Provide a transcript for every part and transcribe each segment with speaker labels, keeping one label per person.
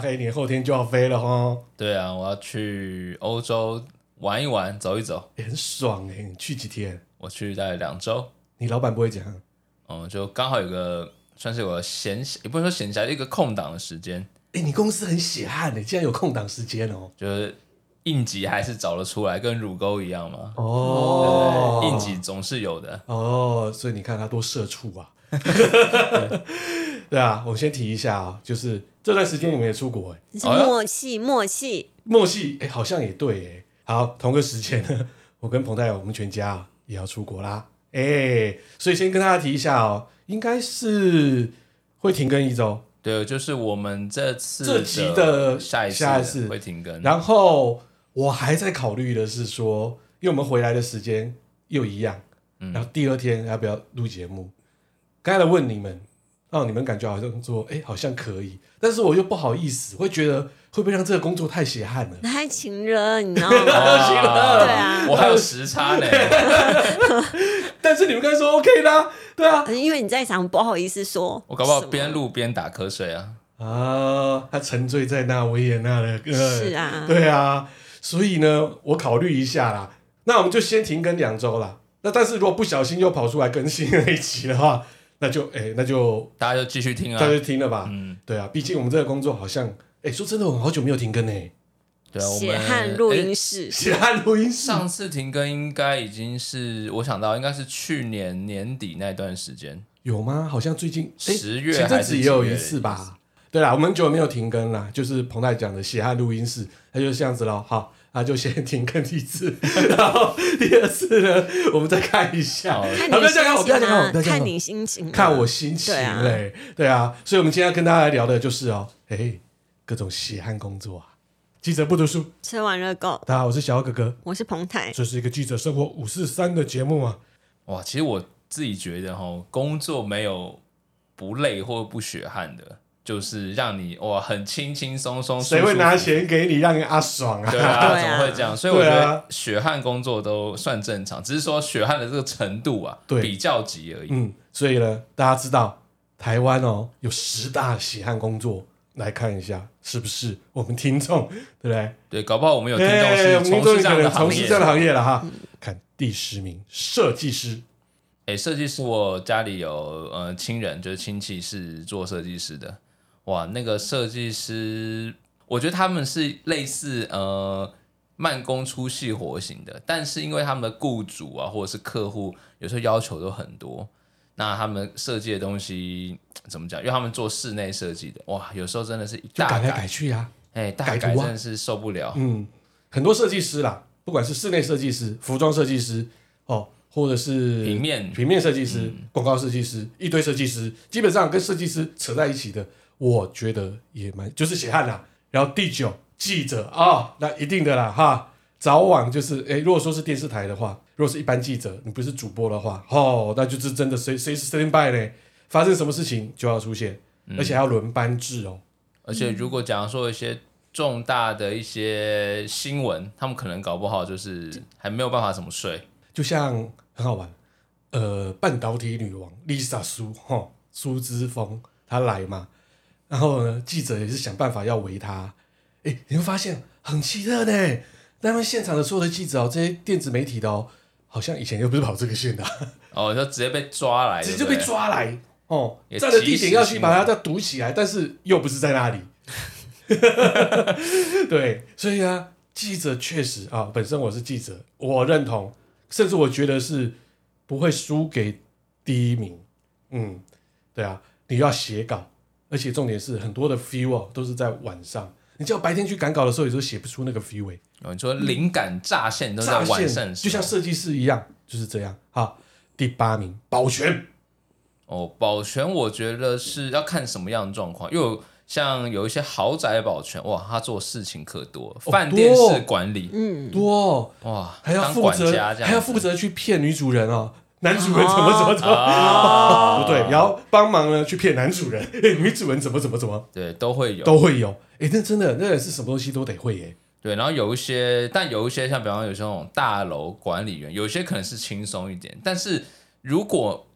Speaker 1: 黑你后天就要飞了哈，
Speaker 2: 对啊，我要去欧洲玩一玩，走一走。
Speaker 1: 欸很爽哎、你去几天？
Speaker 2: 我去大概两周，
Speaker 1: 你老板不会讲，
Speaker 2: 嗯，就刚好有个算是我的闲暇，也不能说闲暇，一个空档的时间，
Speaker 1: 哎、你公司很血汗哎、竟然有空档时间哦、
Speaker 2: 就是应急还是找得出来，跟乳沟一样嘛。
Speaker 1: 哦
Speaker 2: 对应急总是有的。
Speaker 1: 哦，所以你看他多社畜啊。对啊，我先提一下啊，就是这段时间你们也出国哎、
Speaker 3: 是默契，默契。
Speaker 1: 默契哎、好像也对哎、好，同个时间 呢，我跟彭太友我们全家啊也要出国啦哎、所以先跟大家提一下哦，应该是会停更一周，
Speaker 2: 对，就是我们这次
Speaker 1: 这集的
Speaker 2: 下一
Speaker 1: 下一次
Speaker 2: 会停更，
Speaker 1: 然后我还在考虑的是说，因为我们回来的时间又一样，
Speaker 3: 嗯
Speaker 1: 然后第二天要不要录节目？刚才来问你们，哦，你们感觉好像说，哎，好像可以，但是我又不好意思，会觉得会不会让这个工作太血汗了？
Speaker 3: 太情人，你知道 吗？
Speaker 2: 哇
Speaker 3: 对啊
Speaker 2: 哦我还有时差 呢。
Speaker 1: 但是你们刚才说 OK 啦，对啊，
Speaker 3: 因为你在场，不好意思说。
Speaker 2: 我搞不好
Speaker 3: 什么
Speaker 2: 边录边打瞌睡啊。
Speaker 1: 啊，他沉醉在那维也纳的歌，呃
Speaker 3: 是啊
Speaker 1: 对啊，所以呢，我考虑一下啦。那我们就先停更两周啦。那但是如果不小心又跑出来更新了一集的话， 那就哎、那就
Speaker 2: 大家就继续听啊
Speaker 1: 大家。就听了吧。
Speaker 2: 嗯，
Speaker 1: 对啊，毕竟我们这个工作好像，哎、说真的，我们好久没有停 更呢、
Speaker 2: 对啊，我们
Speaker 3: 血汗录
Speaker 2: 诶
Speaker 3: 音室，
Speaker 1: 血汗录音室
Speaker 2: 上次停更应该已经是我想到应该是去年年底那段时间，
Speaker 1: 有吗？好像最近哎
Speaker 2: 10月
Speaker 1: 前阵子也有一次
Speaker 2: 还是
Speaker 1: 吧。对啦，我们很久没有停更啦，就是彭太讲的血汗录音室，那就这样子咯。好，那就先停更一次， 然后第二次呢，我们再看一下。
Speaker 2: 哦
Speaker 3: 看
Speaker 1: 好不
Speaker 3: 你
Speaker 1: 要这样看我，不要
Speaker 3: 心
Speaker 1: 这
Speaker 3: 情
Speaker 1: 样看我，
Speaker 3: 啊
Speaker 1: 不要，这样
Speaker 3: 看
Speaker 1: 看我，
Speaker 3: 你心情啊，
Speaker 1: 看我心情嘞。对啊，所以我们今天要跟大家聊的就是哦，哎，各种血汗工作啊。记者不读书，
Speaker 3: 吃完热狗，
Speaker 1: 大家好，我是小奥哥哥，
Speaker 3: 我是彭泰，
Speaker 1: 这是一个记者生活五四三的节目啊。
Speaker 2: 哇，其实我自己觉得哈，工作没有不累或不血汗的，就是让你哇很轻轻松松，
Speaker 1: 谁会拿
Speaker 2: 舒舒服服？
Speaker 1: 钱给你让人阿爽啊？
Speaker 2: 对啊，
Speaker 3: 对啊
Speaker 2: 怎么会这样？所以我觉
Speaker 1: 对啊
Speaker 2: 得血汗工作都算正常，只是说血汗的这个程度啊，
Speaker 1: 对
Speaker 2: 比较级而已。
Speaker 1: 嗯，所以呢，大家知道台湾哦有十大血汗工作，来看一下是不是我们听众对不对？
Speaker 2: 对，搞不好我们有听众
Speaker 1: 哎，我
Speaker 2: 是
Speaker 1: 们听
Speaker 2: 从
Speaker 1: 众
Speaker 2: 事
Speaker 1: 可
Speaker 2: 这样的
Speaker 1: 能从
Speaker 2: 行
Speaker 1: 事
Speaker 2: 业
Speaker 1: 这样。的行业了哈。看第十名，设计师，
Speaker 2: 诶，设计师，我家里有呃亲人，就是亲戚是做设计师的。哇，那个设计师，我觉得他们是类似呃慢工出细活型的，但是因为他们的雇主啊或者是客户有时候要求都很多，那他们设计的东西怎么讲？因为他们做室内设计的，哇，有时候真的是一
Speaker 1: 就
Speaker 2: 大
Speaker 1: 改来
Speaker 2: 改，
Speaker 1: 改去啊。
Speaker 2: 哎，大
Speaker 1: 改
Speaker 2: 改
Speaker 1: 图啊
Speaker 2: 真的是受不了。
Speaker 1: 嗯，很多设计师啦，不管是室内设计师、服装设计师哦，或者是
Speaker 2: 平面嗯
Speaker 1: 平面设计师、广告设计师，一堆设计师，基本上跟设计师扯在一起的，我觉得也蛮就是血汗啦。然后第九记者啊、那一定的啦哈，早晚就是诶，如果说是电视台的话，如果是一般记者，你不是主播的话，哦，那就是真的随随时 stand by 嘞，发生什么事情就要出现，
Speaker 2: 嗯
Speaker 1: 而且还要轮班制哦。
Speaker 2: 而且如果假如说一些重大的一些新闻，他们可能搞不好就是还没有办法怎么睡。
Speaker 1: 就像很好玩，呃，半导体女王 Lisa 苏哈苏之峰她来嘛，然后呢，记者也是想办法要围她，诶，你会发现很奇特呢。那么现场的所有的记者哦，这些电子媒体的哦，好像以前又不是跑这个线的啊、
Speaker 2: 哦，就直接被抓来，
Speaker 1: 直接
Speaker 2: 对
Speaker 1: 就
Speaker 2: 不对
Speaker 1: 被。抓来哦，
Speaker 2: 也
Speaker 1: 站的地点要
Speaker 2: 及时
Speaker 1: 去
Speaker 2: 行
Speaker 1: 把它
Speaker 2: 动
Speaker 1: 再堵起来，但是又不是在那里。 对，所以啊，记者确实啊，本身我是记者，我认同，甚至我觉得是不会输给第一名。嗯，对啊，你要写稿，而且重点是很多的 feel 哦都是在晚上。你叫白天去赶稿的时候，有时候写不出那个 feel 哎、
Speaker 2: 哦你说灵感乍现都在
Speaker 1: 乍
Speaker 2: 晚上
Speaker 1: 现
Speaker 2: 的时
Speaker 1: 就
Speaker 2: 候，
Speaker 1: 像设计师一样，就是这样。好，第八名保全，
Speaker 2: 哦，保全我觉得是要看什么样的状况，因为我像有一些豪宅保全，哇，他做事情可多，饭店
Speaker 1: 多哦
Speaker 2: 式管理，
Speaker 3: 嗯，
Speaker 1: 多、哦、
Speaker 2: 哇，
Speaker 1: 还要
Speaker 2: 当
Speaker 1: 负
Speaker 2: 管
Speaker 1: 责
Speaker 2: 家，这样，
Speaker 1: 还要负。责去骗女主人哦，男主人怎么怎么怎么，
Speaker 2: 啊
Speaker 1: 不对，然后帮忙呢去骗男主人， 哎，女主人怎么怎么怎么
Speaker 2: 对，都会有。
Speaker 1: 都会有，哎，那真的那也是什么东西都得会耶，
Speaker 2: 对，然后有一些，但有一些像比方有些那种大楼管理员，有些可能是轻松一点，但是如果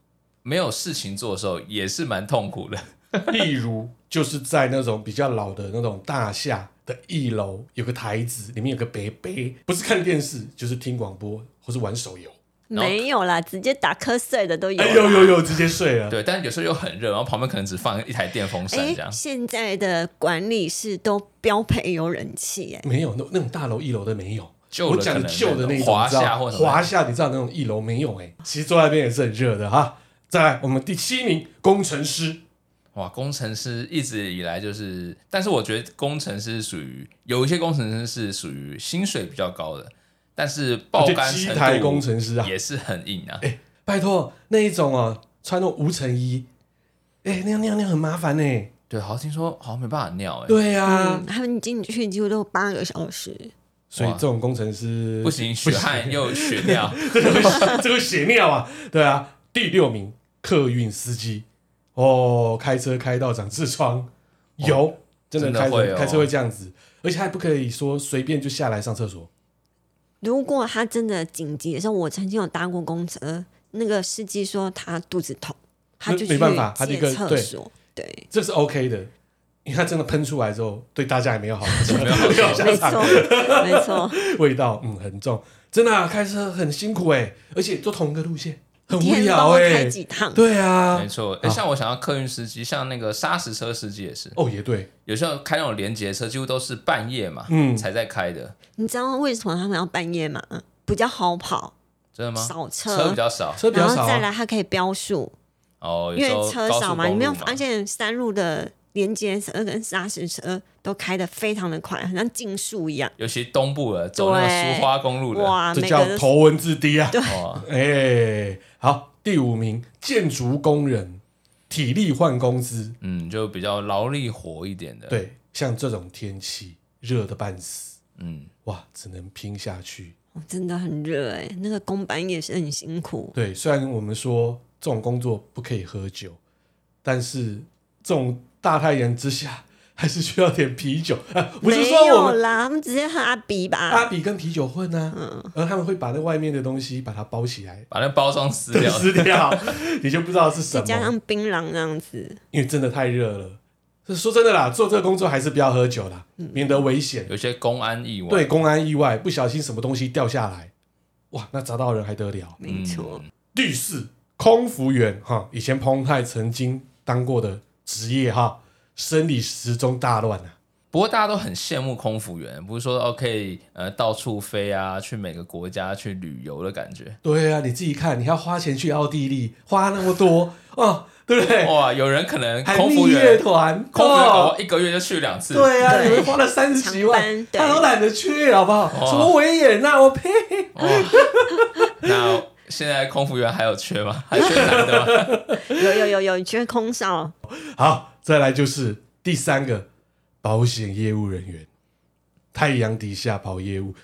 Speaker 2: 没有事情做的时候，也是蛮痛苦的。
Speaker 1: 例如就是在那种比较老的那种大厦的一楼有个台子，里面有个北北，不是看电视就是听广播或是玩手游，
Speaker 2: 然后
Speaker 3: 没有啦，直接打瞌睡的都有。
Speaker 1: 哎呦呦呦，直接睡了。
Speaker 2: 对，但有时候又很热，然后旁边可能只放一台电风扇
Speaker 3: 哎
Speaker 2: 这样。
Speaker 3: 现在的管理室都标配有人气哎、
Speaker 1: 没有，那那种大楼一楼的没有。
Speaker 2: 旧
Speaker 1: 我
Speaker 2: 的
Speaker 1: 讲的
Speaker 2: 可能
Speaker 1: 旧的那种，
Speaker 2: 华
Speaker 1: 你知道
Speaker 2: 夏或什么的
Speaker 1: 华夏，你知道那种一楼没有哎、其实坐在那边也是很热的哈。再来，我们第七名工程师，
Speaker 2: 哇，工程师一直以来就是，但是我觉得工程师属于有一些工程师是属于薪水比较高的，但是爆
Speaker 1: 就
Speaker 2: 肝
Speaker 1: 机
Speaker 2: 程
Speaker 1: 台
Speaker 2: 度
Speaker 1: 工程师啊，
Speaker 2: 也是很硬啊。
Speaker 1: 拜托那一种哦，穿那种无尘衣，哎、那样那样那样很麻烦哎、
Speaker 2: 对，好像听说好像没办法尿哎、
Speaker 1: 对啊，
Speaker 3: 嗯，他们进去几乎都八个小时，
Speaker 1: 所以
Speaker 2: 哇
Speaker 1: 这种工程师
Speaker 2: 不行，血汗又血尿，
Speaker 1: 这个会 这个会血尿啊，对啊。第六名客运司机，哦，开车开到长痔疮，有、真的
Speaker 2: 哦真的
Speaker 1: 开
Speaker 2: 会
Speaker 1: 车、
Speaker 2: 哦
Speaker 1: 开车会这样子，而且还不可以说随便就下来上厕所。
Speaker 3: 如果他真的紧急的时候，我曾经有搭过公车，那个司机说他肚子痛，他就
Speaker 1: 没
Speaker 3: 去
Speaker 1: 办法他就
Speaker 3: 借
Speaker 1: 跟
Speaker 3: 厕
Speaker 1: 对
Speaker 3: 所。对，
Speaker 1: 这是 OK 的，因为它真的喷出来之后，对大家也没有 好
Speaker 2: 没有好处
Speaker 1: 没有下
Speaker 3: 没错
Speaker 1: 场，，
Speaker 3: 没错，
Speaker 1: 味道嗯很重，真的、啊、开车很辛苦哎、而且都同一个路线， 很
Speaker 3: 一
Speaker 1: 无
Speaker 3: 天帮
Speaker 1: 聊
Speaker 3: 我
Speaker 1: 哎、
Speaker 3: 开几趟，
Speaker 1: 对啊
Speaker 2: 没，错。哎、像我想要客运司机，像那个砂石车司机也是，
Speaker 1: 哦也对，
Speaker 2: 有时候开那种连接车，几乎都是半夜嘛，
Speaker 1: 嗯
Speaker 2: 才在开的，
Speaker 3: 你知道为什么他们要半夜吗？比较好跑，
Speaker 2: 真的吗？
Speaker 3: 少车
Speaker 2: 车比较少
Speaker 1: 车比较
Speaker 3: 然后
Speaker 1: 少、
Speaker 3: 再
Speaker 1: 啊，
Speaker 3: 来它可以标数，
Speaker 2: 哦，
Speaker 3: 因
Speaker 2: 有时候
Speaker 3: 为车
Speaker 2: 高速
Speaker 3: 少嘛，
Speaker 2: 公
Speaker 3: 你没有
Speaker 2: 路
Speaker 1: 啊
Speaker 2: 嘛
Speaker 3: 发现山路的连接车跟砂石车都开得非常的快，很像竞速一样。
Speaker 2: 尤其东部的走那个
Speaker 3: 对
Speaker 2: 苏花公路的，哇，
Speaker 3: 哇，
Speaker 1: 啊这
Speaker 3: 每个
Speaker 1: 叫
Speaker 3: 都
Speaker 1: 头文字 D 啊。
Speaker 2: 哦、
Speaker 1: 哎、好，第五名建筑工人，体力换工资，
Speaker 2: 嗯，就比较劳力活一点的，，
Speaker 1: 对，像这种天气热的半死，
Speaker 2: 嗯，
Speaker 1: 哇，只能拼下去。
Speaker 3: 哦真的很热哎、那个工班也是很辛苦。
Speaker 1: 对，虽然我们说这种工作不可以喝酒，但是这种大太阳之下，还是需要点啤酒。啊、不是
Speaker 3: 没
Speaker 1: 说我
Speaker 3: 有
Speaker 1: 们
Speaker 3: 啦，他们直接喝阿比吧。
Speaker 1: 阿比跟啤酒混啊，
Speaker 3: 嗯
Speaker 1: 而他们会把那外面的东西把它包起来
Speaker 2: 把那包装撕掉，
Speaker 1: 撕掉，你就不知道是什
Speaker 3: 再
Speaker 1: 么。
Speaker 3: 加上槟榔那样子，
Speaker 1: 因为真的太热了。这说真的啦，做这个工作还是不要喝酒啦，
Speaker 3: 嗯
Speaker 1: 免得危险。
Speaker 2: 有些公安意外，
Speaker 1: 对，公安意外，不小心什么东西掉下来，哇，那砸到人还得了？
Speaker 3: 没错。
Speaker 2: 嗯
Speaker 1: 第四，空服员哈，以前彭泰曾经当过的职业哈，生理时钟大乱啊，
Speaker 2: 不过大家都很羡慕空服员，不是说哦可以呃到处飞啊，去每个国家去旅游的感觉。
Speaker 1: 对啊，你自己看，你还要花钱去奥地利，花那么多 哦，对不对？
Speaker 2: 哇，有人可能
Speaker 1: 还
Speaker 2: 空服
Speaker 1: 蜜月
Speaker 2: 员，
Speaker 1: 团，
Speaker 2: 空服员搞不
Speaker 1: 哦
Speaker 2: 好一个月就去两次，
Speaker 1: 对哦啊，
Speaker 3: 对
Speaker 1: 你们花了三十几
Speaker 3: 长班
Speaker 1: 万，
Speaker 3: 对
Speaker 1: 他都懒得去，好不好？什么维也纳，我呸！
Speaker 2: 哇，哦 那现在空服员还有缺吗？还缺 男的吗？
Speaker 3: 有有有有，你缺空少，
Speaker 1: 好，再来就是第三个，保险业务人员，太阳底下跑业务，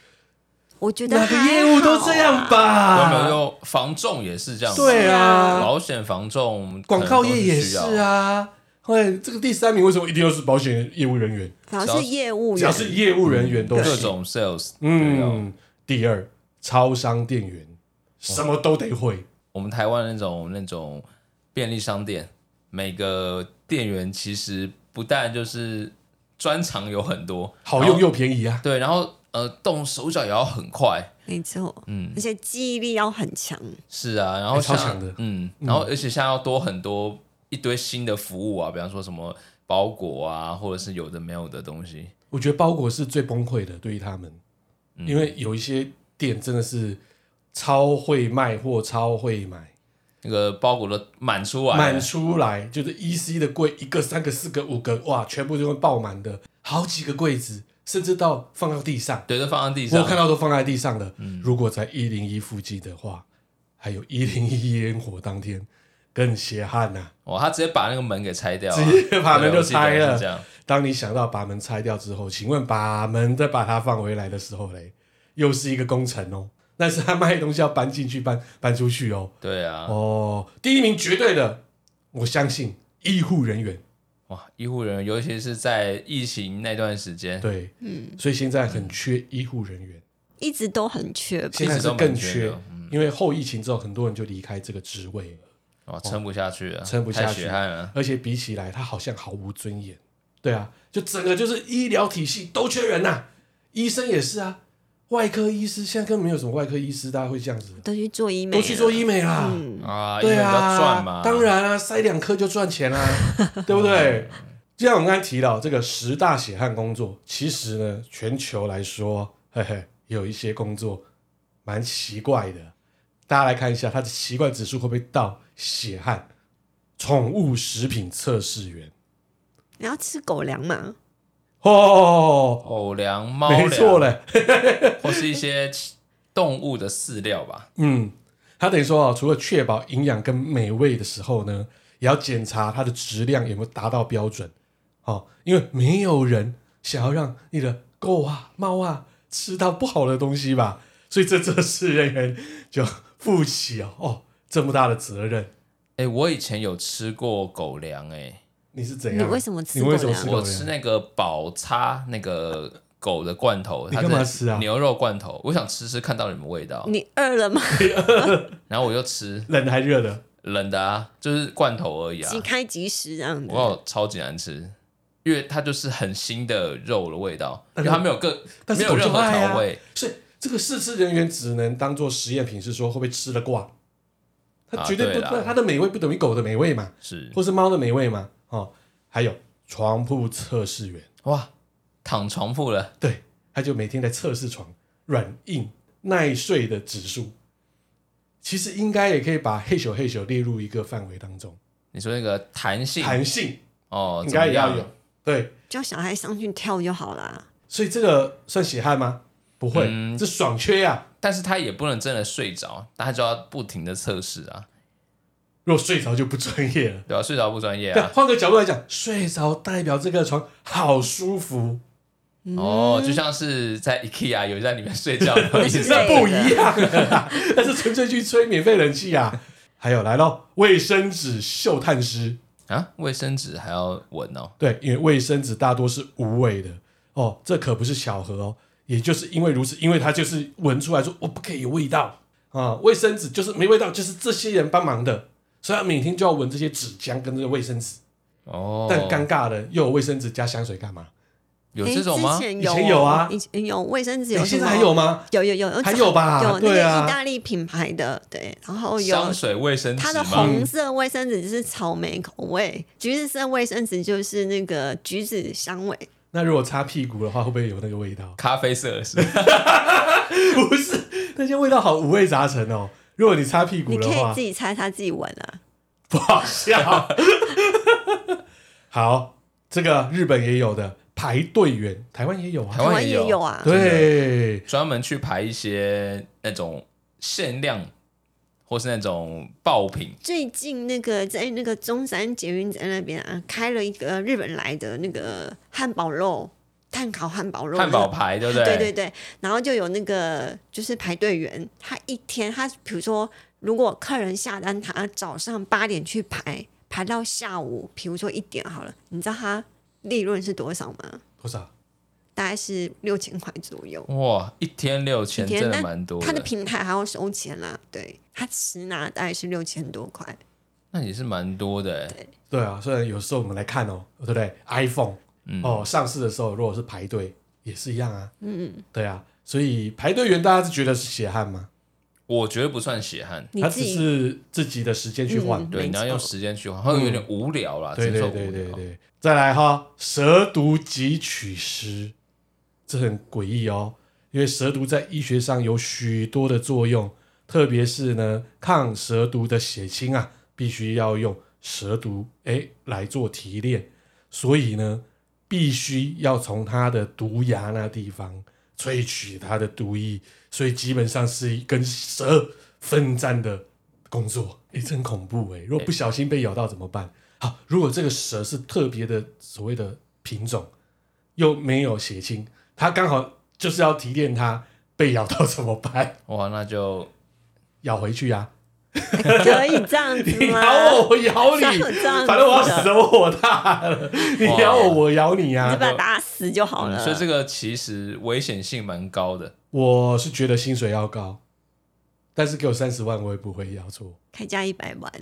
Speaker 3: 我觉得
Speaker 1: 哪个
Speaker 3: 还
Speaker 1: 业务都这样
Speaker 3: 好啊。
Speaker 2: 有没有
Speaker 1: 吧？
Speaker 2: 就防重也是这样子？
Speaker 1: 对啊，
Speaker 2: 保险防重，
Speaker 1: 广告业也是
Speaker 2: 可能都需要。
Speaker 1: 啊。哎，这个第三名为什么一定要是保险业务人员？
Speaker 3: 只啊要是业务
Speaker 1: 只要
Speaker 3: 员，
Speaker 1: 是业务人员都
Speaker 2: 各
Speaker 1: 是。
Speaker 2: 种 sales，嗯，
Speaker 1: 嗯，第二，超商店员，什么都得会。
Speaker 2: 我们台湾那种那种便利商店，每个店员其实不但就是专长有很多，
Speaker 1: 好
Speaker 2: 然后
Speaker 1: 用又便宜啊！
Speaker 2: 对，然后呃动手脚也要很快，
Speaker 3: 没错，
Speaker 2: 嗯
Speaker 3: 而且记忆力要很强。
Speaker 2: 是啊，然后像、
Speaker 1: 哎超强的
Speaker 2: 嗯，然后而且现在要多很多一堆新的服务啊，比方说什么包裹啊，或者是有的没有的东西，
Speaker 1: 我觉得包裹是最崩溃的，对于他们，因为有一些店真的是超会卖货，超会买。
Speaker 2: 那个包裹都满出来
Speaker 1: 满
Speaker 2: 了，
Speaker 1: 出来，就是 E C 的柜，一个、三个、四个、五个，哇，全部都会爆满的，好几个柜子，甚至到放到地上，
Speaker 2: 对，都放在地
Speaker 1: 我
Speaker 2: 上，
Speaker 1: 看到都放在地上了。
Speaker 2: 嗯
Speaker 1: 如果在一零一附近的话，还有一零一烟火当天更血汗呐、
Speaker 2: 哇，他直接把那个门给拆掉、啊，
Speaker 1: 直接把门
Speaker 2: 对
Speaker 1: 就拆
Speaker 2: 我记得
Speaker 1: 了
Speaker 2: 是这样，
Speaker 1: 当你想到把门拆掉之后，请问把门再把它放回来的时候嘞，又是一个工程哦。但是他卖的东西要搬进去、搬搬出去哦。
Speaker 2: 对啊，
Speaker 1: 哦，第一名绝对的，我相信医护人员。
Speaker 2: 哇，医护人员，尤其是在疫情那段时间，
Speaker 1: 对，嗯，所以现在很缺医护人员，
Speaker 3: 一直都很缺吧，
Speaker 1: 现在是
Speaker 2: 嗯一
Speaker 1: 更
Speaker 2: 直都蛮缺
Speaker 1: 缺
Speaker 2: 的，嗯
Speaker 1: 因为后疫情之后，很多人就离开这个职位了。
Speaker 2: 哇，撑不下去了，
Speaker 1: 哦撑不下
Speaker 2: 太
Speaker 1: 去
Speaker 2: 血汗了。
Speaker 1: 而且比起来，他好像毫无尊严。对啊，就整个就是医疗体系都缺人呐、医生也是啊，外科医师现在根本没有什么外科医师，大家会这样子，
Speaker 3: 都去做医美
Speaker 1: 都
Speaker 3: 了，嗯
Speaker 1: 去做医美啦。
Speaker 2: 啊，因为
Speaker 1: 对
Speaker 2: 比较赚
Speaker 1: 啊
Speaker 2: 嘛，，
Speaker 1: 当然啊，塞两颗就赚钱啦、啊 对不对？就像我们刚才提到这个十大血汗工作，其实呢，全球来说，嘿嘿，有一些工作蛮奇怪的。大家来看一下，它的奇怪指数会不会到血汗？宠物食品测试员，
Speaker 3: 你要吃狗粮嘛？
Speaker 1: 哦，
Speaker 2: 狗粮、猫
Speaker 1: 没错
Speaker 2: 粮，
Speaker 1: 嘞，
Speaker 2: 或是一些 动物的饲料吧。
Speaker 1: 嗯，它等于说啊，除了确保营养跟美味的时候呢，也要检查它的质量有没有达到标准。哦，因为没有人想要让你的狗啊、猫啊吃到不好的东西吧，所以这测试人员就负起哦哦这么大的责任。
Speaker 2: 哎、我以前有吃过狗粮、诶
Speaker 1: 你是怎
Speaker 3: 你
Speaker 1: 样？
Speaker 3: 为什么吃
Speaker 1: 你为什么
Speaker 3: 狗粮
Speaker 1: 吃
Speaker 2: 哎，
Speaker 1: 狗
Speaker 2: 我吃
Speaker 1: 粮？
Speaker 2: 那个宝叉那个狗的罐头，
Speaker 1: 你
Speaker 2: 它
Speaker 1: 干嘛
Speaker 2: 是
Speaker 1: 吃啊
Speaker 2: 牛肉罐头，我想吃吃看到底有没有味道，
Speaker 3: 你饿了吗？
Speaker 2: 哎然后我就吃
Speaker 1: 冷还热的？
Speaker 2: 冷的啊，就是罐头而已啊
Speaker 3: 即。开即食这样子。
Speaker 2: 我有超级难吃，因为它就是很新的肉的味道，
Speaker 1: 但
Speaker 2: 因为
Speaker 1: 是
Speaker 2: 它没有个
Speaker 1: 呃但
Speaker 2: 没
Speaker 1: 是
Speaker 2: 有
Speaker 1: 狗
Speaker 2: 任
Speaker 1: 就
Speaker 2: 何
Speaker 1: 爱啊
Speaker 2: 调味。
Speaker 1: 所以这个试吃人员只能当做实验品，是说会不会吃了挂？它
Speaker 2: 啊
Speaker 1: 绝对
Speaker 2: 对
Speaker 1: 不，
Speaker 2: 啦
Speaker 1: 它的美味不等于狗的美味嘛。
Speaker 2: 是
Speaker 1: 或是猫的美味嘛，哦，还有床铺测试员，
Speaker 2: 哇，躺床铺了，
Speaker 1: 对，他就每天在测试床软硬耐睡的指数。其实应该也可以把嘿咻嘿咻列入一个范围当中，
Speaker 2: 你说那个弹性
Speaker 1: 弹性
Speaker 2: 哦，
Speaker 1: 应
Speaker 2: 怎么
Speaker 1: 该也
Speaker 2: 样
Speaker 1: 要有，对，
Speaker 3: 叫小孩上去跳就好啦。
Speaker 1: 所以这个算血汗吗？不会，
Speaker 2: 嗯
Speaker 1: 这爽缺啊！
Speaker 2: 但是他也不能真的睡着，他就要不停的测试啊，
Speaker 1: 若睡着就不专业了。
Speaker 2: 对吧、睡着不专业
Speaker 1: 但
Speaker 2: 啊，
Speaker 1: 换个角度来讲，睡着代表这个床好舒服，
Speaker 2: 哦，
Speaker 3: 嗯
Speaker 2: 就像是在 IKEA 有在里面睡觉的 意
Speaker 3: 是
Speaker 2: 思，
Speaker 1: 那不一样啊！那是纯粹去吹免费冷气啊。 还有来咯，卫生纸嗅探师，
Speaker 2: 啊，卫生纸还要闻哦，
Speaker 1: 对，因为卫生纸大多是无味的哦，这可不是巧合哦。也就是因为如此，因为它就是闻出来说哦我不可以有味道啊，卫生纸就是没味道，就是这些人帮忙的，所以他每天就要闻这些纸浆跟这个卫生纸。
Speaker 2: 哦，
Speaker 1: 但尴尬的，又有卫生纸加香水干嘛？
Speaker 2: 有
Speaker 3: 诶
Speaker 2: 这种吗
Speaker 3: 之？前
Speaker 1: 以
Speaker 3: 有
Speaker 1: 前有啊
Speaker 3: 以前有卫生纸有
Speaker 1: 你
Speaker 3: 什
Speaker 1: 现
Speaker 3: 么，
Speaker 1: 在还有吗？
Speaker 3: 有有有有
Speaker 1: 还有吧
Speaker 3: 有那
Speaker 1: 对
Speaker 3: 个
Speaker 1: 啊
Speaker 3: 意大利品牌的，对，然后有
Speaker 2: 香水、卫生
Speaker 3: 它
Speaker 2: 纸
Speaker 3: 的
Speaker 2: 吗？
Speaker 3: 红色卫生纸就是草莓口味，橘子色卫生纸就是那个橘子香味。
Speaker 1: 那如果擦屁股的话，会不会有那个味道？
Speaker 2: 咖啡色的 是
Speaker 1: 不是，那些味道好五味杂陈哦。如果你擦屁股
Speaker 3: 你可
Speaker 1: 的
Speaker 3: 以
Speaker 1: 话
Speaker 3: 自，己猜，它自己闻啊。
Speaker 1: 不好笑。 好，这个日本也有的排队员，台湾也有啊
Speaker 2: 台。湾也
Speaker 3: 也
Speaker 2: 有
Speaker 3: 有啊，
Speaker 1: 对，
Speaker 2: 专门去排一些那种限量或是那种爆品，
Speaker 3: 最近那个在那个中山捷运站那边啊，开了一个日本来的那个汉堡肉、碳烤汉堡肉、
Speaker 2: 汉堡排，对不
Speaker 3: 那个对对
Speaker 2: 对
Speaker 3: 对，然后就有那个就是排队员，他一天他比如说，如果客人下单，他早上八点去排，排到下午，比如说一点好了，你知道他利润是多少吗？
Speaker 1: 多少？
Speaker 3: 大概是六千块左右。
Speaker 2: 哇，一天六千
Speaker 3: 一天
Speaker 2: 真的
Speaker 3: 但
Speaker 2: 蛮多
Speaker 3: 他的
Speaker 2: 的，
Speaker 3: 平台还要收钱啦，对他实拿大概是六千多块，
Speaker 2: 那也是蛮多的欸。
Speaker 1: 对啊，虽然有时候我们来看哦，对不对？iPhone
Speaker 2: 嗯
Speaker 1: 哦，上市的时候如果是排队也是一样啊。嗯，对啊，所以排队员大家是觉得是血汗吗？
Speaker 2: 我觉得不算血汗，
Speaker 3: 你
Speaker 1: 他
Speaker 3: 自
Speaker 1: 只
Speaker 3: 己
Speaker 1: 是自己的时间去换。
Speaker 3: 嗯
Speaker 2: 对，
Speaker 3: 没
Speaker 2: 你要
Speaker 3: 错
Speaker 2: 用时间去换，会有点无聊啦，
Speaker 1: 对
Speaker 2: 承
Speaker 1: 对
Speaker 2: 受
Speaker 1: 对
Speaker 2: 无
Speaker 1: 对
Speaker 2: 聊。
Speaker 1: 对，再来哈，蛇毒汲取师，这很诡异哦，因为蛇毒在医学上有许多的作用，特别是呢抗蛇毒的血清啊，必须要用蛇毒哎来做提炼，所以呢必须要从它的毒牙那地方萃取它的毒液，所以基本上是跟蛇奋战的工作，哎、真恐怖哎、如果不小心被咬到怎么办？好，如果这个蛇是特别的所谓的品种，又没有血清，它刚好就是要提炼它，被咬到怎么办？
Speaker 2: 哇，那就
Speaker 1: 咬回去呀、
Speaker 3: 可以这样子
Speaker 1: 你
Speaker 3: 吗？
Speaker 1: 咬我，我咬你，
Speaker 3: 像这样子的啊
Speaker 1: 反正我要死我火大了，你
Speaker 2: 哇
Speaker 1: 咬我，我咬你
Speaker 3: 你
Speaker 1: 啊
Speaker 3: 就！把它打死就好
Speaker 1: 嗯
Speaker 3: 了。
Speaker 2: 嗯所以这个其实危险性蛮高的。
Speaker 1: 我是觉得薪水要高，但是给我三十万，我也不会要错。
Speaker 3: 开价一百万，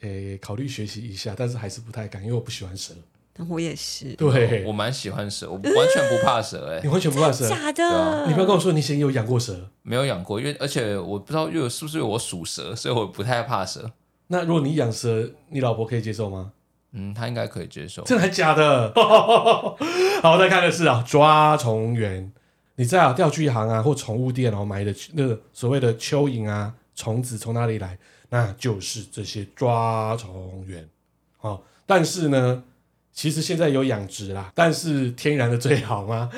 Speaker 1: 诶、考虑学习一下，但是还是不太敢，因为我不喜欢蛇。
Speaker 3: 我也是，
Speaker 1: 对，啊
Speaker 2: 我蛮喜欢蛇，我完全不怕蛇哎、
Speaker 1: 你完全不怕蛇，
Speaker 3: 假
Speaker 2: 啊
Speaker 3: 的，
Speaker 1: 你不要跟我说你以前有养过蛇。
Speaker 2: 没有养过，因为而且我不知道，因为是不是因为我属蛇，所以我不太怕蛇。
Speaker 1: 那如果你养蛇，你老婆可以接受吗？
Speaker 2: 嗯，他应该可以接受。
Speaker 1: 真的还假的？好，再看的是啊，抓虫园。你在啊钓具行啊或宠物店哦买的那个所谓的蚯蚓啊虫子从哪里来？那就是这些抓虫园。哦，但是呢，其实现在有养殖啦，但是天然的最好嘛，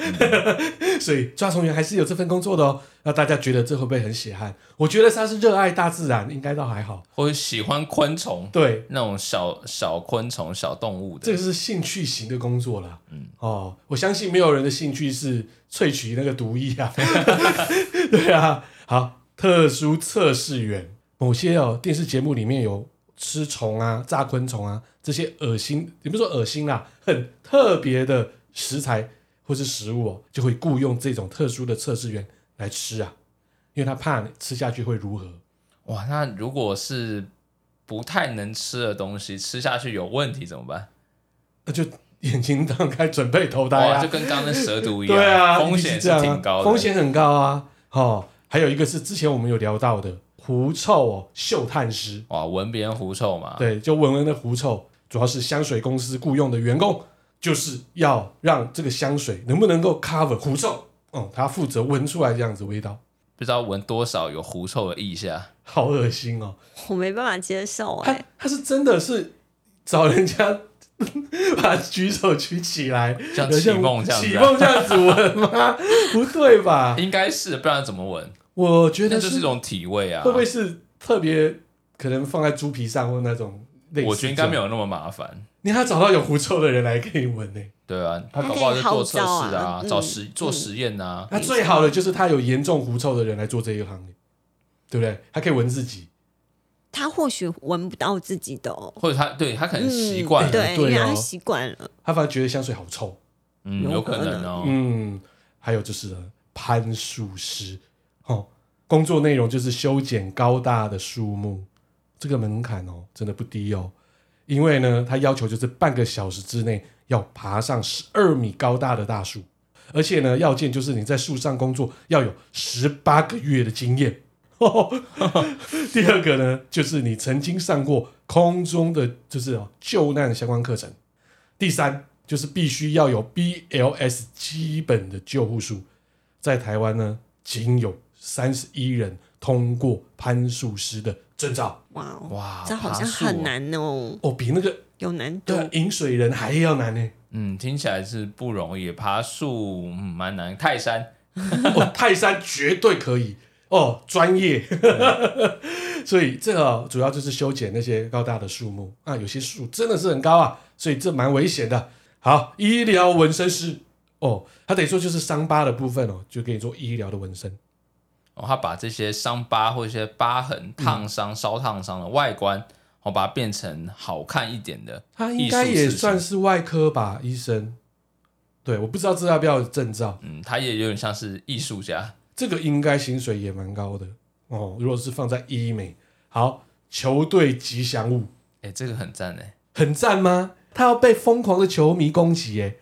Speaker 1: 所以抓虫园还是有这份工作的哦。那大家觉得这会不会很血汗？我觉得他是热爱大自然，应该倒还好。
Speaker 2: 或者喜欢昆虫，
Speaker 1: 对，
Speaker 2: 那种小小昆虫、小动物
Speaker 1: 这
Speaker 2: 的
Speaker 1: 个，是兴趣型的工作啦。嗯，哦，我相信没有人的兴趣是萃取那个毒液啊。 对啊，好，特殊测试员，某些哦电视节目里面有吃虫啊、炸昆虫啊这些恶心，也不是说恶心啦，很特别的食材或是食物哦，就会雇佣这种特殊的测试员来吃啊，因为他怕你吃下去会如何。
Speaker 2: 哇，那如果是不太能吃的东西，吃下去有问题怎么办？
Speaker 1: 那就眼睛张开，准备投胎啊
Speaker 2: 哇，就！跟刚刚那蛇毒一 样，
Speaker 1: 对啊，一
Speaker 2: 风
Speaker 1: 定
Speaker 2: 险
Speaker 1: 这样啊
Speaker 2: 挺高的。
Speaker 1: 风险很高啊。哦，还有一个是之前我们有聊到的狐臭哦，嗅探师，
Speaker 2: 哇，闻别人狐臭嘛，
Speaker 1: 对，就闻闻的狐臭，主要是香水公司雇佣的员工，就是要让这个香水能不能够 cover 狐臭，哦、他负责闻出来这样子味道，
Speaker 2: 不知道闻多少有狐臭的意下。
Speaker 1: 好恶心哦。
Speaker 3: 我没办法接受哎、
Speaker 1: 他他是真的是找人家 把举手举起来，
Speaker 2: 像启梦这样子
Speaker 1: 启
Speaker 2: 啊
Speaker 1: 梦这样子闻吗？不对吧？
Speaker 2: 应该是，不然怎么闻？
Speaker 1: 我啊觉
Speaker 2: 那
Speaker 1: 得
Speaker 2: 就是一种体味啊。
Speaker 1: 会不会是特别可能放在猪皮上或那种类似？
Speaker 2: 我觉得应该没
Speaker 1: 有。
Speaker 2: 有那么麻烦。
Speaker 1: 你还要找到有狐臭的人来给你闻呢、
Speaker 2: 对啊，他搞不好就做测
Speaker 3: 他可以
Speaker 2: 试
Speaker 3: 号召啊
Speaker 2: 啊，
Speaker 3: 嗯
Speaker 2: 找实做实验啊。
Speaker 1: 那最好的就是他有严重狐臭的人来做这一行、对不对？他可以闻自己。
Speaker 3: 他或许闻不到自己的哦，
Speaker 2: 或者他对他可能习惯
Speaker 3: 嗯、
Speaker 2: 了，
Speaker 1: 对
Speaker 3: 对，因为
Speaker 1: 哦
Speaker 3: 他习惯了。
Speaker 1: 他反而觉得香水好臭。
Speaker 2: 嗯，
Speaker 3: 有
Speaker 2: 有
Speaker 3: 可
Speaker 2: 可能哦。
Speaker 1: 嗯，还有就是呢攀树师，哦，工作内容就是修剪高大的树木，这个门槛哦真的不低哦，因为呢，他要求就是半个小时之内要爬上十二米高大的大树，而且呢，要件就是你在树上工作要有十八个月的经验。 第二个呢，就是你曾经上过空中的就是哦救难相关课程。第三就是必须要有 BLS 基本的救护术，在台湾呢，仅有三十一人通过攀树师的证照，
Speaker 3: 哇哦，
Speaker 2: 哇，
Speaker 3: 这好像
Speaker 2: 爬树
Speaker 3: 很
Speaker 2: 哦。
Speaker 3: 难哦，
Speaker 1: 哦，比那个
Speaker 3: 有难度。
Speaker 1: 对饮水人还要难呢。
Speaker 2: 嗯，听起来是不容易，爬树嗯蛮难。泰山
Speaker 1: 哦，泰山绝对可以哦，专业。 所以这个哦主要就是修剪那些高大的树木啊，有些树真的是很高啊，所以这蛮危险的。好，医疗纹身师哦，他等于说就是伤疤的部分哦，就给你做医疗的纹身。
Speaker 2: 哦，他把这些伤疤或一些疤痕、烫伤、烧烫伤的外观，哦，把它变成好看一点的。
Speaker 1: 他应该
Speaker 2: 艺术
Speaker 1: 也
Speaker 2: 事情
Speaker 1: 算是外科吧，医生。对，我不知道这要不要有证照，
Speaker 2: 嗯，他也有点像是艺术家。
Speaker 1: 这个应该薪水也蛮高的哦。如果是放在医美，好，球队吉祥物
Speaker 2: 哎，这个很赞哎，
Speaker 1: 很赞吗？他要被疯狂的球迷攻击耶，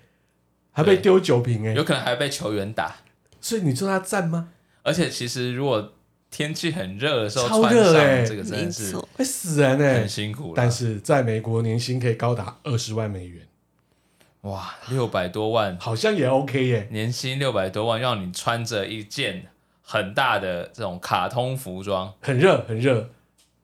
Speaker 1: 还被
Speaker 2: 对
Speaker 1: 丢酒瓶哎
Speaker 2: 有，可能还被球员打。
Speaker 1: 所以你说他赞吗？
Speaker 2: 而且其实如果天气很热的时候
Speaker 1: 超
Speaker 2: 穿
Speaker 1: 热
Speaker 2: 上
Speaker 1: 欸
Speaker 2: 这个真
Speaker 3: 没
Speaker 2: 的是
Speaker 3: 错，
Speaker 1: 会死人哎
Speaker 2: 很！辛苦了。
Speaker 1: 但是在美国年薪可以高达二十万美元，
Speaker 2: 哇，六百多万
Speaker 1: 好像也 OK 耶。
Speaker 2: 年薪六百多万，让你穿着一件很大的这种卡通服装，
Speaker 1: 很热很热，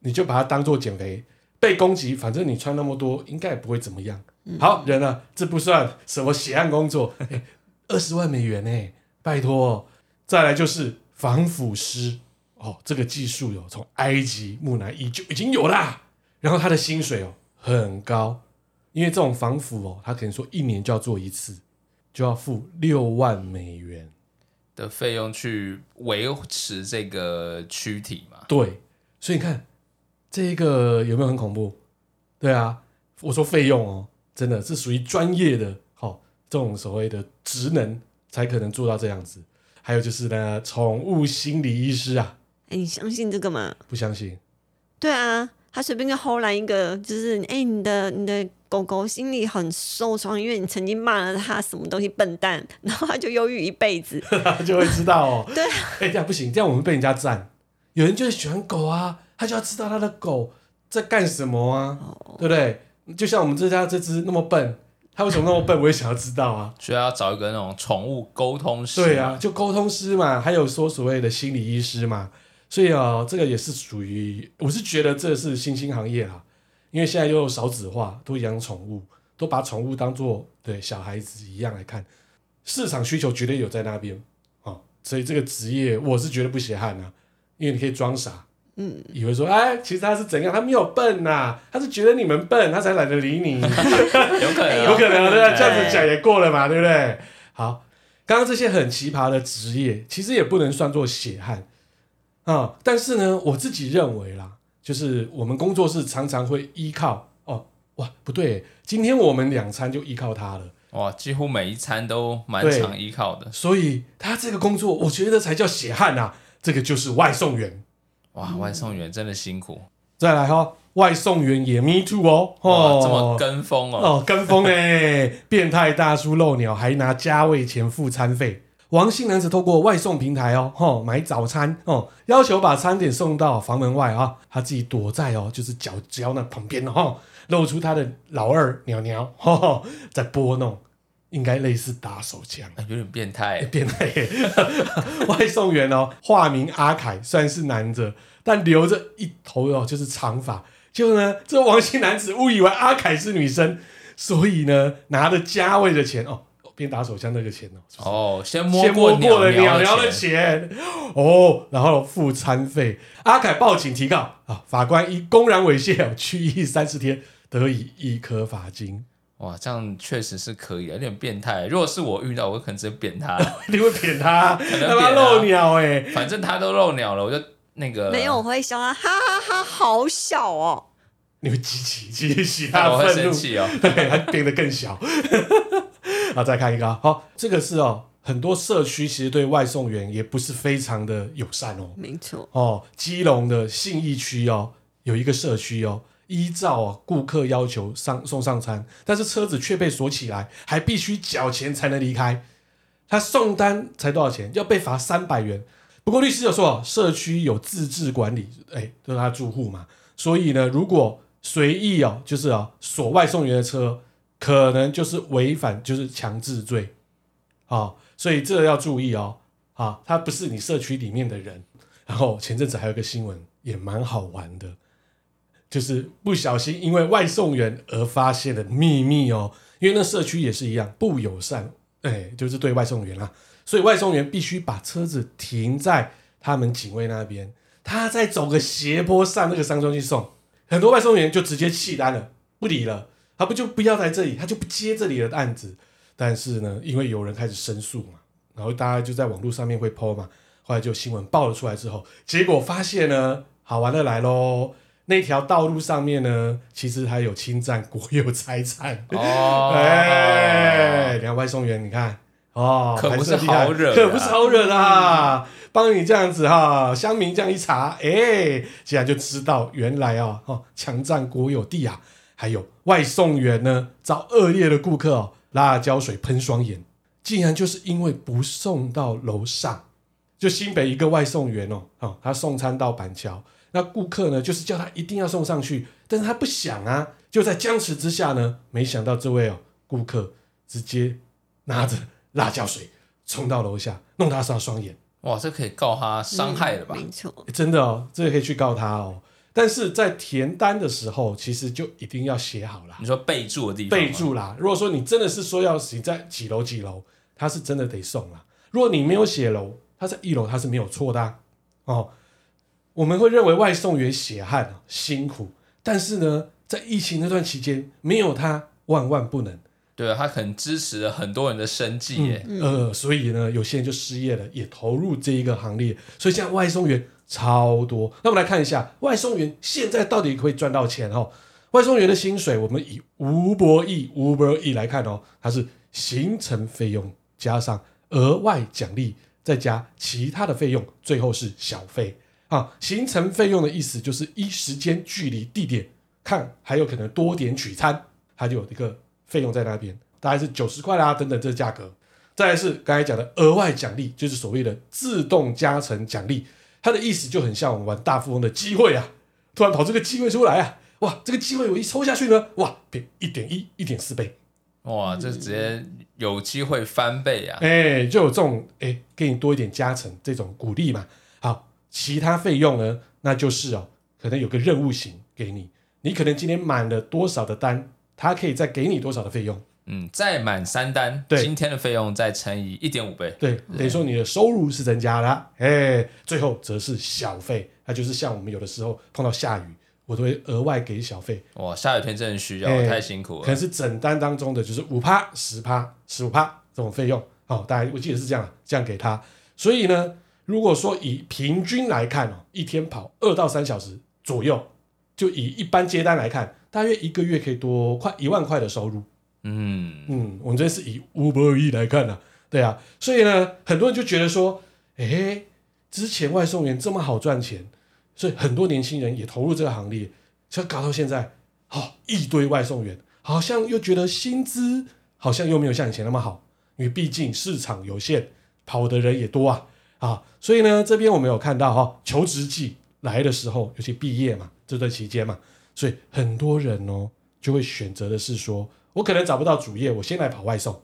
Speaker 1: 你就把它当做减肥。被攻击，反正你穿那么多，应该也不会怎么样。好人啊，这不算什么血汗工作， 哎二十万美元哎、拜托、再来就是防腐师哦，这个技术有从埃及木乃伊就已经有啦。然后他的薪水哦很高，因为这种防腐哦，他可能说一年就要做一次，就要付六万美元。
Speaker 2: 的费用去维持这个躯体嘛。
Speaker 1: 对，所以你看这一个有没有很恐怖？对啊，我说费用哦，真的是属于专业的，好、这种所谓的职能才可能做到这样子。还有就是呢，宠物心理医师啊，
Speaker 3: 哎，你相信这个吗？
Speaker 1: 不相信
Speaker 3: 对啊，他随便就吼来一个，就是哎、你的你的狗狗心里很受创，因为你曾经骂了它什么东西笨蛋，然后它就忧郁一辈子。
Speaker 2: 啊
Speaker 1: 他就会知道哦。
Speaker 3: 对
Speaker 1: 哎、这样不行，这样我们被人家赞。有人就是喜欢狗啊，他就要知道他的狗在干什么啊，对不对？就像我们这家这只那么笨，它为什么那么笨？我也想要知道啊。
Speaker 2: 所以要找一个那种宠物沟通师。
Speaker 1: 对啊，，就沟通师嘛，还有说所谓的心理医师嘛，所以啊、这个也是属于，我是觉得这是新兴行业啦，因为现在又少子化，都养宠物，都把宠物当做对小孩子一样来看，市场需求绝对有在那边啊、哦所以这个职业我是觉得不稀罕啊，因为你可以装傻。嗯，以为说，哎，其实他是怎样？他没有笨呐、他是觉得你们笨，他才懒得理你。
Speaker 2: 有可能
Speaker 1: 有
Speaker 2: 哦，
Speaker 1: 可能啊，对吧？
Speaker 2: 对
Speaker 1: 这样子讲也过了嘛，对不对？好，刚刚这些很奇葩的职业，其实也不能算作血汗啊、但是呢，我自己认为啦，就是我们工作室常常会依靠哦，哇，不对，今天我们两餐就依靠它了，
Speaker 2: 哇，几乎每一餐都蛮
Speaker 1: 对
Speaker 2: 常依靠的。
Speaker 1: 所以他这个工作，我觉得才叫血汗呐、这个就是外送员。
Speaker 2: 哇，外送员真的辛苦，
Speaker 1: 再来哈、哦，外送员也 me too 哦，哦
Speaker 2: 哇，，这么跟风哦。
Speaker 1: 哦，跟风哎、变态大叔漏鸟还拿加位钱付餐费。王姓男子透过外送平台哦，吼买早餐哦，要求把餐点送到房门外啊、他自己躲在哦，就是脚脚那旁边哦，吼露出他的老二鸟鸟，吼吼在拨弄，应该类似打手枪。
Speaker 2: 哎有点变态，
Speaker 1: 变态耶外送员哦，化名阿凯，虽然是男的，但留着一头哦就是长发。就呢，这王姓男子误以为阿凯是女生，所以呢拿着家卫的钱哦，边打手枪那个钱哦，
Speaker 2: 哦，先摸
Speaker 1: 先摸
Speaker 2: 鸟
Speaker 1: 过了
Speaker 2: 鸟
Speaker 1: 鸟鸟的
Speaker 2: 钱
Speaker 1: 钱哦，然后付餐费。阿凯报警提告啊，法官以公然猥亵、哦、拘役三十天，得以一颗罚金。
Speaker 2: 哇，这样确实是可以的，有点变态。如果是我遇到，我可能直接扁他，
Speaker 1: 你会扁他，
Speaker 2: 能
Speaker 1: 他妈
Speaker 2: 扁啊
Speaker 1: 漏鸟哎、欸！
Speaker 2: 反正他都漏鸟了，我就那个
Speaker 3: 没有，我，会笑他，哈哈哈，好小哦。
Speaker 1: 你会激起激起他
Speaker 2: 那我
Speaker 1: 的愤
Speaker 2: 会
Speaker 1: 怒。
Speaker 2: 生气哦。
Speaker 1: 对，它变得更小。好，再看一个啊，好，这个是哦，很多社区其实对外送员也不是非常的友善哦。
Speaker 3: 没错，
Speaker 1: 哦，基隆的信义区哦，有一个社区哦，依照哦顾客要求上送上餐，但是车子却被锁起来，还必须缴钱才能离开。他送单才多少钱？要被罚三百元。不过律师有说哦，社区有自治管理，哎，都是他住户嘛，所以呢，如果随意哦，就是哦锁外送员的车，可能就是违反就是强制罪，哦，所以这个要注意哦。啊，他不是你社区里面的人，然后前阵子还有一个新闻也蛮好玩的，就是不小心因为外送员而发现了秘密哦，因为那社区也是一样不友善，哎，就是对外送员啦，所以外送员必须把车子停在他们警卫那边，他再走个斜坡上那个山庄去送，很多外送员就直接弃单了，不理了，他不就不要来这里，他就不接这里的案子，但是呢，因为有人开始申诉嘛，然后大家就在网络上面会 PO 嘛，后来就新闻爆了出来之后，结果发现呢，好玩的来喽。那条道路上面呢，其实还有侵占国有财产。
Speaker 2: 哦，
Speaker 1: 哎，你看外送员，你看哦，
Speaker 2: 可不是
Speaker 1: 盘算厉害
Speaker 2: 好惹啊
Speaker 1: 可不是好惹的啊！帮你这样子哈，乡民这样一查，哎，竟然就知道原来啊，哦，强占国有地啊，还有外送员呢，遭恶劣的顾客哦，辣椒水喷双眼，竟然就是因为不送到楼上。就新北一个外送员哦，哦，他送餐到板桥，那顾客呢，就是叫他一定要送上去，但是他不想啊，就在僵持之下呢，没想到这位哦顾客直接拿着辣椒水冲到楼下，弄他上双眼、
Speaker 2: 哇，这可以告他伤害了吧
Speaker 3: 嗯？没错，
Speaker 1: 诶真的哦，这个可以去告他哦。但是在填单的时候，其实就一定要写好啦，
Speaker 2: 你说备注的地方吗，
Speaker 1: 备注啦。如果说你真的是说要写在几楼几楼，他是真的得送啦。如果你没有写楼，他在一楼他是没有错的啊、哦。我们会认为外送员血汗辛苦，但是呢，在疫情那段期间，没有他万万不能。
Speaker 2: 对啊，他可能支持了很多人的生计耶。
Speaker 1: 呃，所以呢，有些人就失业了，也投入这一个行列，所以现在外送员超多。那我们来看一下外送员现在到底可以赚到钱哦。外送员的薪水，我们以吴博义、吴博义来看哦，它是行程费用加上额外奖励，再加其他的费用，最后是小费。啊，行程费用的意思就是依时间、距离、地点看，还有可能多点取餐，它就有一个费用在那边，大概是九十块啦等等这个价格。再来是刚才讲的额外奖励，就是所谓的自动加成奖励，它的意思就很像我们玩大富翁的机会啊，突然跑出个机会出来啊，哇，这个机会我一抽下去呢，哇，变一点一、一点四倍，嗯
Speaker 2: 哇，这直接有机会翻倍啊！
Speaker 1: 哎、就有这种哎、给你多一点加成这种鼓励嘛。好，其他费用呢，那就是哦，可能有个任务型给你，你可能今天满了多少的单，他可以再给你多少的费用。
Speaker 2: 嗯，再满三单，
Speaker 1: 对
Speaker 2: 今天的费用再乘以一点五倍。
Speaker 1: 对，等于说你的收入是增加啦。哎，最后则是小费，那就是像我们有的时候碰到下雨，我都会额外给小费，
Speaker 2: 哇，下雨天真的需要，
Speaker 1: 哎
Speaker 2: 太辛苦
Speaker 1: 可
Speaker 2: 了。
Speaker 1: 能是整单当中的就是五趴、十趴、十五趴这种费用，哦，大概我记得是这样，这样给他。所以呢，如果说以平均来看哦，一天跑二到三小时左右，就以一般接单来看，大约一个月可以多快一万块的收入。
Speaker 2: 嗯，
Speaker 1: 嗯，我们这是以 Uber E 来看啊，对啊，所以呢，很多人就觉得说，诶，之前外送员这么好赚钱，所以很多年轻人也投入这个行列，所以搞到现在，哦，一堆外送员，好像又觉得薪资好像又没有像以前那么好，因为毕竟市场有限，跑的人也多啊，啊，所以呢，这边我们有看到哈、求职季来的时候，尤其毕业嘛，这段期间嘛，所以很多人哦就会选择的是说，我可能找不到主业，我先来跑外送，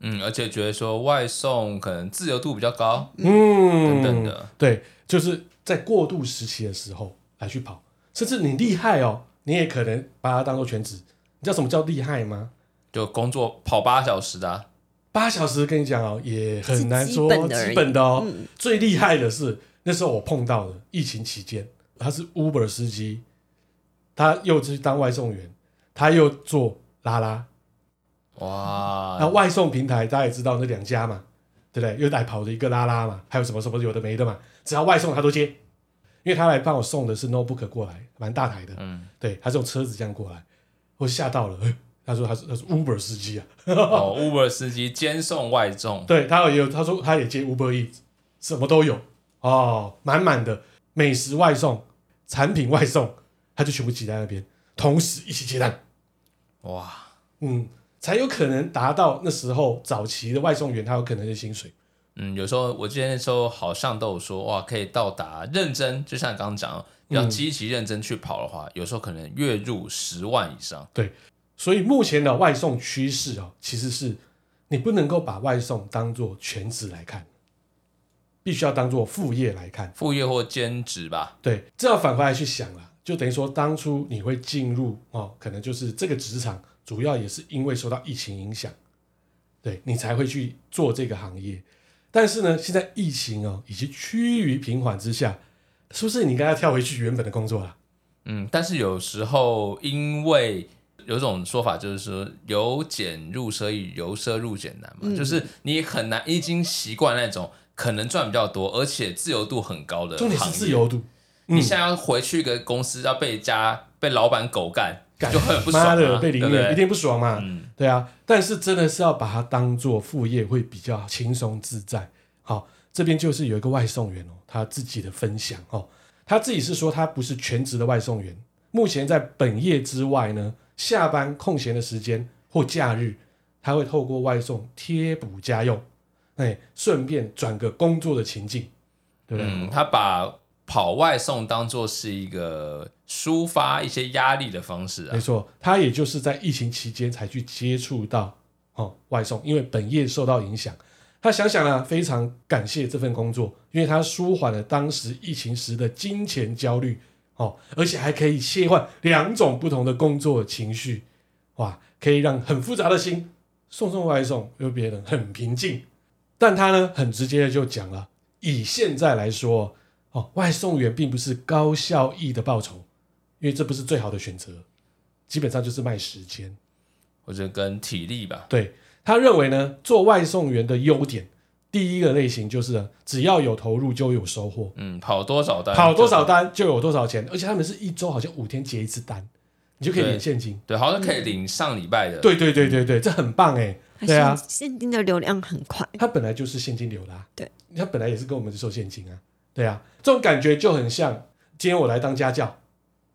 Speaker 2: 嗯，而且觉得说外送可能自由度比较高，
Speaker 1: 嗯
Speaker 2: 等等的，
Speaker 1: 对，就是在过渡时期的时候来去跑，甚至你厉害哦，你也可能把它当做全职。你知道什么叫厉害吗？
Speaker 2: 就工作跑八小时的啊、
Speaker 1: 八小时跟你讲哦，也很难说
Speaker 3: 是基本的而已嗯
Speaker 1: 基本的哦。最厉害的是那时候我碰到的，疫情期间，他是 Uber 司机，他又去当外送员，他又做拉拉，
Speaker 2: 哇，
Speaker 1: 那外送平台大家也知道那两家嘛，对不对？又来跑的一个拉拉嘛，还有什么什么有的没的嘛，只要外送他都接，因为他来帮我送的是 notebook 过来，蛮大台的，
Speaker 2: 嗯，
Speaker 1: 对，他是用车子这样过来，我吓到了，哎他说他是他是 Uber 司机啊，
Speaker 2: 哦，Uber 司机兼送外送，
Speaker 1: 对他也有他说他也接 Uber E，什么都有哦，满满的美食外送、产品外送，他就全部挤在那边，同时一起接单。
Speaker 2: 哇，
Speaker 1: 嗯，才有可能达到那时候早期的外送员他有可能的薪水。
Speaker 2: 嗯，有时候我记得那时候好像都有说，哇，可以到达认真，就像你刚刚讲哦，要积极认真去跑的话，有时候可能月入十万以上。
Speaker 1: 所以目前的外送趋势哦，其实是你不能够把外送当做全职来看，必须要当做副业来看。
Speaker 2: 副业或兼职吧，
Speaker 1: 对，这要反过来去想啦，就等于说当初你会进入哦，可能就是这个职场，主要也是因为受到疫情影响，对你才会去做这个行业。但是呢，现在疫情哦已经趋于平缓之下，是不是你应该要跳回去原本的工作啦？
Speaker 2: 嗯，但是有时候因为有种说法就是说由俭入奢易，由奢入俭难嘛，就是你很难已经习惯那种可能赚比较多，而且自由度很高的
Speaker 1: 重
Speaker 2: 行业。
Speaker 1: 点是自由嗯度，
Speaker 2: 你现在要回去一个公司要被家被老板狗干，
Speaker 1: 干
Speaker 2: 就很不爽、
Speaker 1: 妈
Speaker 2: 啊，
Speaker 1: 的被凌
Speaker 2: 对不
Speaker 1: 虐
Speaker 2: 对嗯
Speaker 1: 一定不爽嘛。对啊，但是真的是要把它当做副业会比较轻松自在。好，这边就是有一个外送员哦，他自己的分享哦，他自己是说他不是全职的外送员，目前在本业之外呢，下班空闲的时间或假日，他会透过外送贴补家用，哎，顺便转个工作的情境，对不对？
Speaker 2: 嗯，他把跑外送当做是一个抒发一些压力的方式啊
Speaker 1: 没。错，他也就是在疫情期间才去接触到哦外送，因为本业受到影响。他想想呢、非常感谢这份工作，因为他舒缓了当时疫情时的金钱焦虑哦，而且还可以切换两种不同的工作情绪，哇，可以让很复杂的心送送外送又变得很平静。但他呢，很直接的就讲了，以现在来说，哦，外送员并不是高效益的报酬，因为这不是最好的选择，基本上就是卖时间。
Speaker 2: 或者跟体力吧，
Speaker 1: 对他认为呢，做外送员的优点，第一个类型就是呢只要有投入就有收获，
Speaker 2: 嗯，跑多少单，
Speaker 1: 跑多少，单就有多少钱，而且他们是一周好像五天结一次单，你就可以领现金。
Speaker 2: 对，好像可以领上礼拜的，
Speaker 1: 对对对对对，这很棒哎、
Speaker 3: 它
Speaker 1: 对啊
Speaker 3: 现现金的流量很快，
Speaker 1: 他本来就是现金流啦、
Speaker 3: 对，
Speaker 1: 他本来也是跟我们收现金啊，对啊，这种感觉就很像今天我来当家教，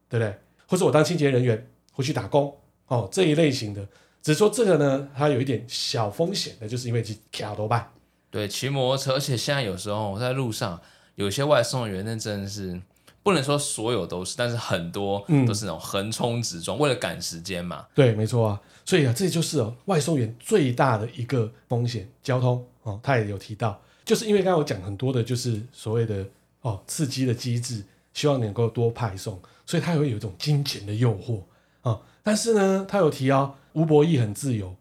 Speaker 1: 对不对？或者我当清洁人员，回去打工哦，这一类型的。只是说这个呢，它有一点小风险的，就是因为去卡多拜，
Speaker 2: 对，骑摩托车，而且现在有时候我在路上，有些外送员那真的是不能说所有都是，但是很多
Speaker 1: 嗯
Speaker 2: 都是那种横冲直撞，为了赶时间嘛。
Speaker 1: 对，没错啊。所以啊，这就是哦，外送员最大的一个风险，交通哦，他也有提到，就是因为刚才我讲很多的，就是所谓的哦刺激的机制，希望能够多派送，所以他会有一种金钱的诱惑啊、哦但是呢，他有提到吴博义很自由，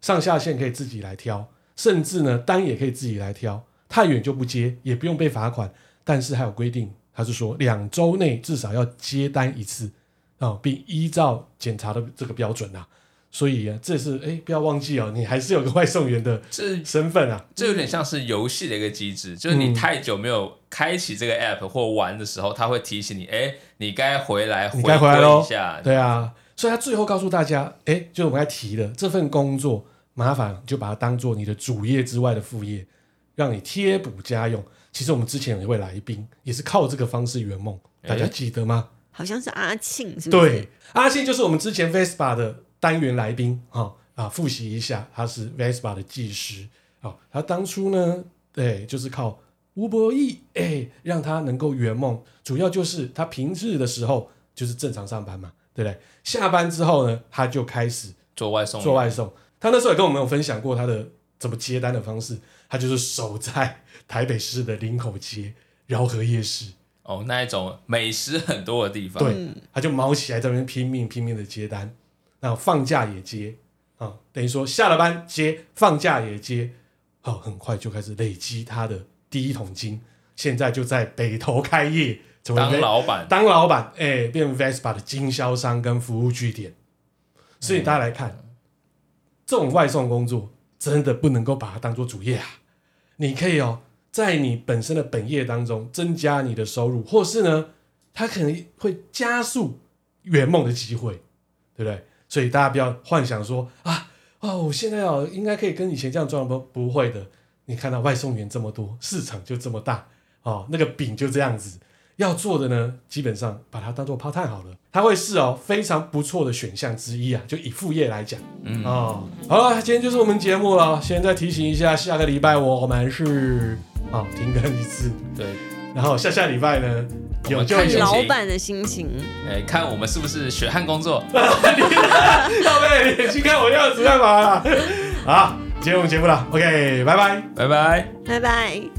Speaker 1: 上下线可以自己来挑，甚至呢单也可以自己来挑，太远就不接，也不用被罚款，但是还有规定，他是说两周内至少要接单一次。啊，并依照检查的这个标准啊。所以啊，这是哎，不要忘记哦，你还是有个外送员的
Speaker 2: 这
Speaker 1: 身份 啊。
Speaker 2: 这有点像是游戏的一个机制，就是
Speaker 1: 嗯
Speaker 2: 你太久没有开启这个 app 或玩的时候，它会提醒你，哎，你该回来
Speaker 1: 你
Speaker 2: 回
Speaker 1: 该回来喽
Speaker 2: 归一下。
Speaker 1: 对啊，所以他最后告诉大家，哎，就是我们刚才提的这份工作，麻烦就把它当做你的主业之外的副业，让你贴补家用。其实我们之前有一位来宾也是靠这个方式圆梦，大家
Speaker 2: 哎
Speaker 1: 记得吗？
Speaker 3: 好像是阿庆，是不是？
Speaker 1: 对，阿信就是我们之前 Vespa 的单元来宾啊、啊，复习一下，他是 Vespa 的技师啊、他当初呢，对，就是靠吴博义哎，让他能够圆梦，主要就是他平日的时候就是正常上班嘛，对不对？下班之后呢，他就开始
Speaker 2: 做外送员，
Speaker 1: 做外送。他那时候也跟我们有分享过他的怎么接单的方式，他就是守在台北市的林口街饶河夜市，
Speaker 2: 哦，那一种美食很多的地方。
Speaker 1: 对，他就毛起来在那边拼命拼命的接单，然后放假也接啊、等于说下了班接，放假也接，好、很快就开始累积他的第一桶金，现在就在北投开业，成为
Speaker 2: 当老板，
Speaker 1: 当老板，哎、变 Vespa 的经销商跟服务据点。所以大家来看，这种外送工作真的不能够把它当做主业啊！你可以哦，在你本身的本业当中增加你的收入，或是呢，它可能会加速圆梦的机会，对不对？所以大家不要幻想说啊，哦，我现在哦应该可以跟以前这样赚，不不会的。你看到外送员这么多，市场就这么大，哦，那个饼就这样子。要做的呢，基本上把它当做泡 a 好了，它会是哦非常不错的选项之一啊。就以副业来讲，
Speaker 2: 嗯
Speaker 1: 哦，好了，今天就是我们节目了。现在提醒一下，下个礼拜我们是哦停更一次，
Speaker 2: 对，
Speaker 1: 然后下下礼拜呢有
Speaker 2: 我们
Speaker 1: 就
Speaker 2: 看
Speaker 3: 看
Speaker 1: 有，
Speaker 3: 老板的心情，
Speaker 2: 哎，看我们是不是血汗 工作。
Speaker 1: 要被你去看我样子干嘛啦？好，今天我们节目了，OK，拜拜。
Speaker 2: 拜拜。
Speaker 3: 拜拜。